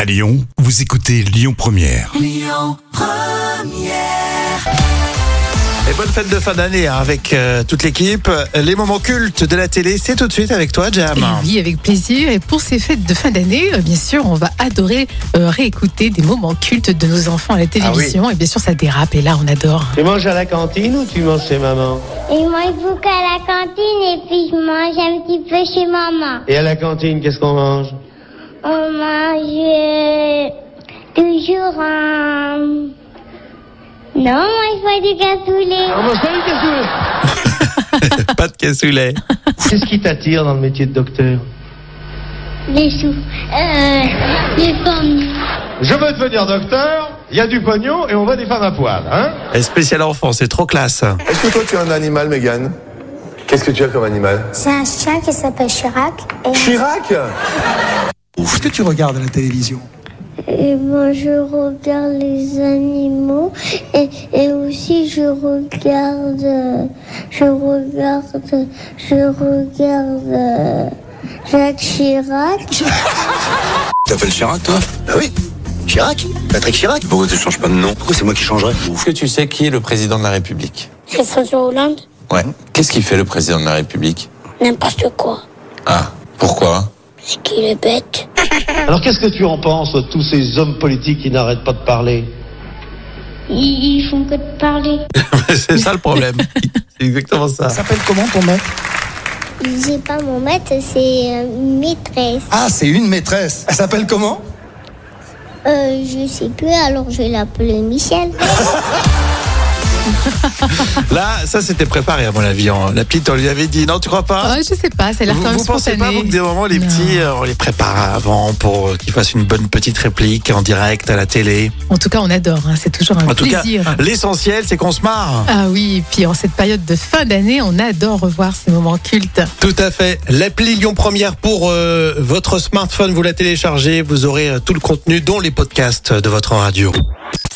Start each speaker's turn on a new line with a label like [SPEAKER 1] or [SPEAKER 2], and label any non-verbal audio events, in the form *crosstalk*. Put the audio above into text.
[SPEAKER 1] À Lyon, vous écoutez Lyon Première.
[SPEAKER 2] Et bonne fête de fin d'année hein, avec euh, toute l'équipe. Les moments cultes de la télé, c'est tout de suite avec toi,
[SPEAKER 3] *laughs*
[SPEAKER 2] Jam.
[SPEAKER 4] Et oui, avec plaisir. Et pour ces fêtes de fin d'année, euh, bien sûr, on va adorer euh, réécouter des moments cultes de nos enfants à
[SPEAKER 2] Ah
[SPEAKER 4] la télévision. Et bien sûr, ça dérape. Et là, on adore.
[SPEAKER 5] Tu manges à la cantine ou tu manges chez maman
[SPEAKER 6] Il mange beaucoup à la cantine et puis je mange un petit peu chez maman.
[SPEAKER 5] Et à la cantine, qu'est-ce qu'on mange
[SPEAKER 6] On mange euh, toujours un... Non, on mange pas du cassoulet.
[SPEAKER 5] mange pas du cassoulet
[SPEAKER 2] Pas de cassoulet.
[SPEAKER 5] Qu'est-ce qui t'attire dans le métier de docteur
[SPEAKER 6] Les choux. Euh, les pommes.
[SPEAKER 5] Je veux devenir docteur, il y a du pognon et on voit des femmes à poil, hein
[SPEAKER 2] Et spécial enfant, c'est trop classe. *laughs*
[SPEAKER 7] Est-ce que toi tu as un animal, Mégane Qu'est-ce que tu as comme animal
[SPEAKER 6] C'est un chien qui s'appelle Chirac.
[SPEAKER 7] Chirac
[SPEAKER 3] Est-ce que tu regardes à la télévision
[SPEAKER 6] Et moi, je regarde les animaux et, et aussi je regarde, euh, je regarde, je regarde euh, Jacques Chirac.
[SPEAKER 8] T'appelles Chirac, toi
[SPEAKER 9] Ah oui Chirac Patrick Chirac
[SPEAKER 8] Pourquoi tu changes pas de nom
[SPEAKER 9] Pourquoi c'est moi qui changerais
[SPEAKER 8] Est-ce que tu sais qui est le président de la République
[SPEAKER 6] C'est François Hollande,
[SPEAKER 8] Ouais. Qu'est-ce qu'il fait le président de la République
[SPEAKER 6] n'importe quoi.
[SPEAKER 8] Ah, pourquoi
[SPEAKER 6] C'est qu'il est bête.
[SPEAKER 5] Alors qu'est-ce que tu en penses de tous ces hommes politiques qui n'arrêtent pas de parler
[SPEAKER 6] Ils, ils font que de parler.
[SPEAKER 2] c'est ça
[SPEAKER 3] *laughs*
[SPEAKER 2] le problème. c'est exactement ça.
[SPEAKER 3] s'appelle comment ton maître
[SPEAKER 6] J'ai pas mon maître, c'est euh, maîtresse.
[SPEAKER 3] Ah, c'est une maîtresse. Elle s'appelle comment
[SPEAKER 6] Euh, je sais plus, alors je vais l'appeler Michel.
[SPEAKER 2] *laughs* Là, ça c'était préparé à mon avis. hein. La petite, on lui avait dit, non, tu crois pas
[SPEAKER 4] Ouais, je sais pas, c'est l'air
[SPEAKER 2] Ah. Vous,
[SPEAKER 4] quand même
[SPEAKER 2] vous pensez
[SPEAKER 4] spontané.
[SPEAKER 2] pas vous que des moments les
[SPEAKER 4] Non.
[SPEAKER 2] petits, euh, on les prépare avant pour euh, qu'ils fassent une bonne petite réplique en direct à la télé.
[SPEAKER 4] En tout cas, on adore. hein. C'est toujours un
[SPEAKER 2] En tout
[SPEAKER 4] plaisir.
[SPEAKER 2] cas, l'essentiel c'est qu'on se marre.
[SPEAKER 4] Ah oui, et puis en cette période de fin d'année, on adore revoir ces moments cultes.
[SPEAKER 2] Tout à fait. L'appli Lyon Première pour euh, votre smartphone, vous la téléchargez, vous aurez euh, tout le contenu, dont les podcasts de votre radio.